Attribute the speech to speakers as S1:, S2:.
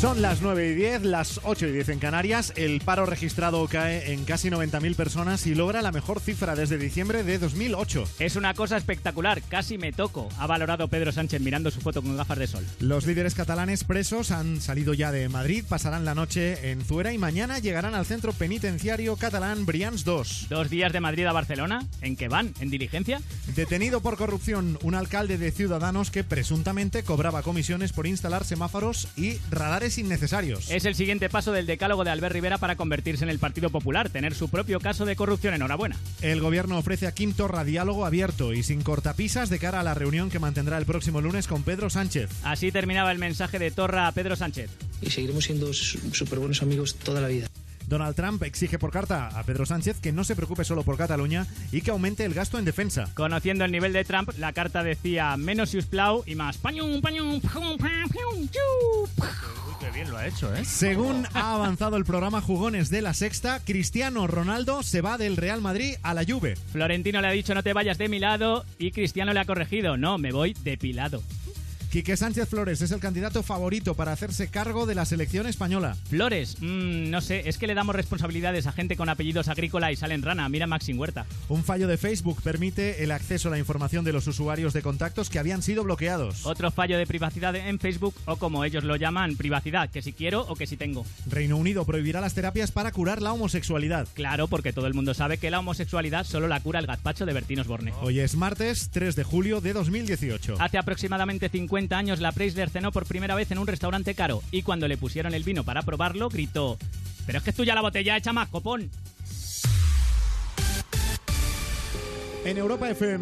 S1: Son las 9 y 10, las 8 y 10 en Canarias. El paro registrado cae en casi 90.000 personas y logra la mejor cifra desde diciembre de 2008.
S2: Es una cosa espectacular, casi me toco, ha valorado Pedro Sánchez mirando su foto con gafas de sol.
S1: Los líderes catalanes presos han salido ya de Madrid, pasarán la noche en Zuera y mañana llegarán al centro penitenciario catalán Brians 2.
S2: ¿Dos días de Madrid a Barcelona? ¿En qué van? ¿En diligencia?
S1: Detenido por corrupción, un alcalde de Ciudadanos que presuntamente cobraba comisiones por instalar semáforos y radares innecesarios.
S2: Es el siguiente paso del decálogo de Albert Rivera para convertirse en el Partido Popular, tener su propio caso de corrupción. Enhorabuena.
S1: El gobierno ofrece a Quim Torra diálogo abierto y sin cortapisas de cara a la reunión que mantendrá el próximo lunes con Pedro Sánchez.
S2: Así terminaba el mensaje de Torra a Pedro Sánchez.
S3: Y seguiremos siendo súper buenos amigos toda la vida.
S1: Donald Trump exige por carta a Pedro Sánchez que no se preocupe solo por Cataluña y que aumente el gasto en defensa.
S2: Conociendo el nivel de Trump, la carta decía menos si plau y más pañum, pañum, pañum, pañum,
S4: Qué bien lo ha hecho, ¿eh?
S1: Según ha avanzado el programa Jugones de la Sexta, Cristiano Ronaldo se va del Real Madrid a la Juve.
S2: Florentino le ha dicho no te vayas de mi lado y Cristiano le ha corregido, no, me voy depilado.
S1: Quique Sánchez Flores es el candidato favorito para hacerse cargo de la selección española.
S2: Flores, mmm, no sé, es que le damos responsabilidades a gente con apellidos agrícola y salen rana. Mira Maxim Huerta.
S1: Un fallo de Facebook permite el acceso a la información de los usuarios de contactos que habían sido bloqueados.
S2: Otro fallo de privacidad en Facebook, o como ellos lo llaman, privacidad, que si quiero o que si tengo.
S1: Reino Unido prohibirá las terapias para curar la homosexualidad.
S2: Claro, porque todo el mundo sabe que la homosexualidad solo la cura el gazpacho de Bertinos Borne.
S1: Hoy es martes 3 de julio de 2018.
S2: Hace aproximadamente 50 años la Preisler cenó por primera vez en un restaurante caro y cuando le pusieron el vino para probarlo gritó, pero es que es tuya la botella eh, hecha más copón.
S1: En Europa FM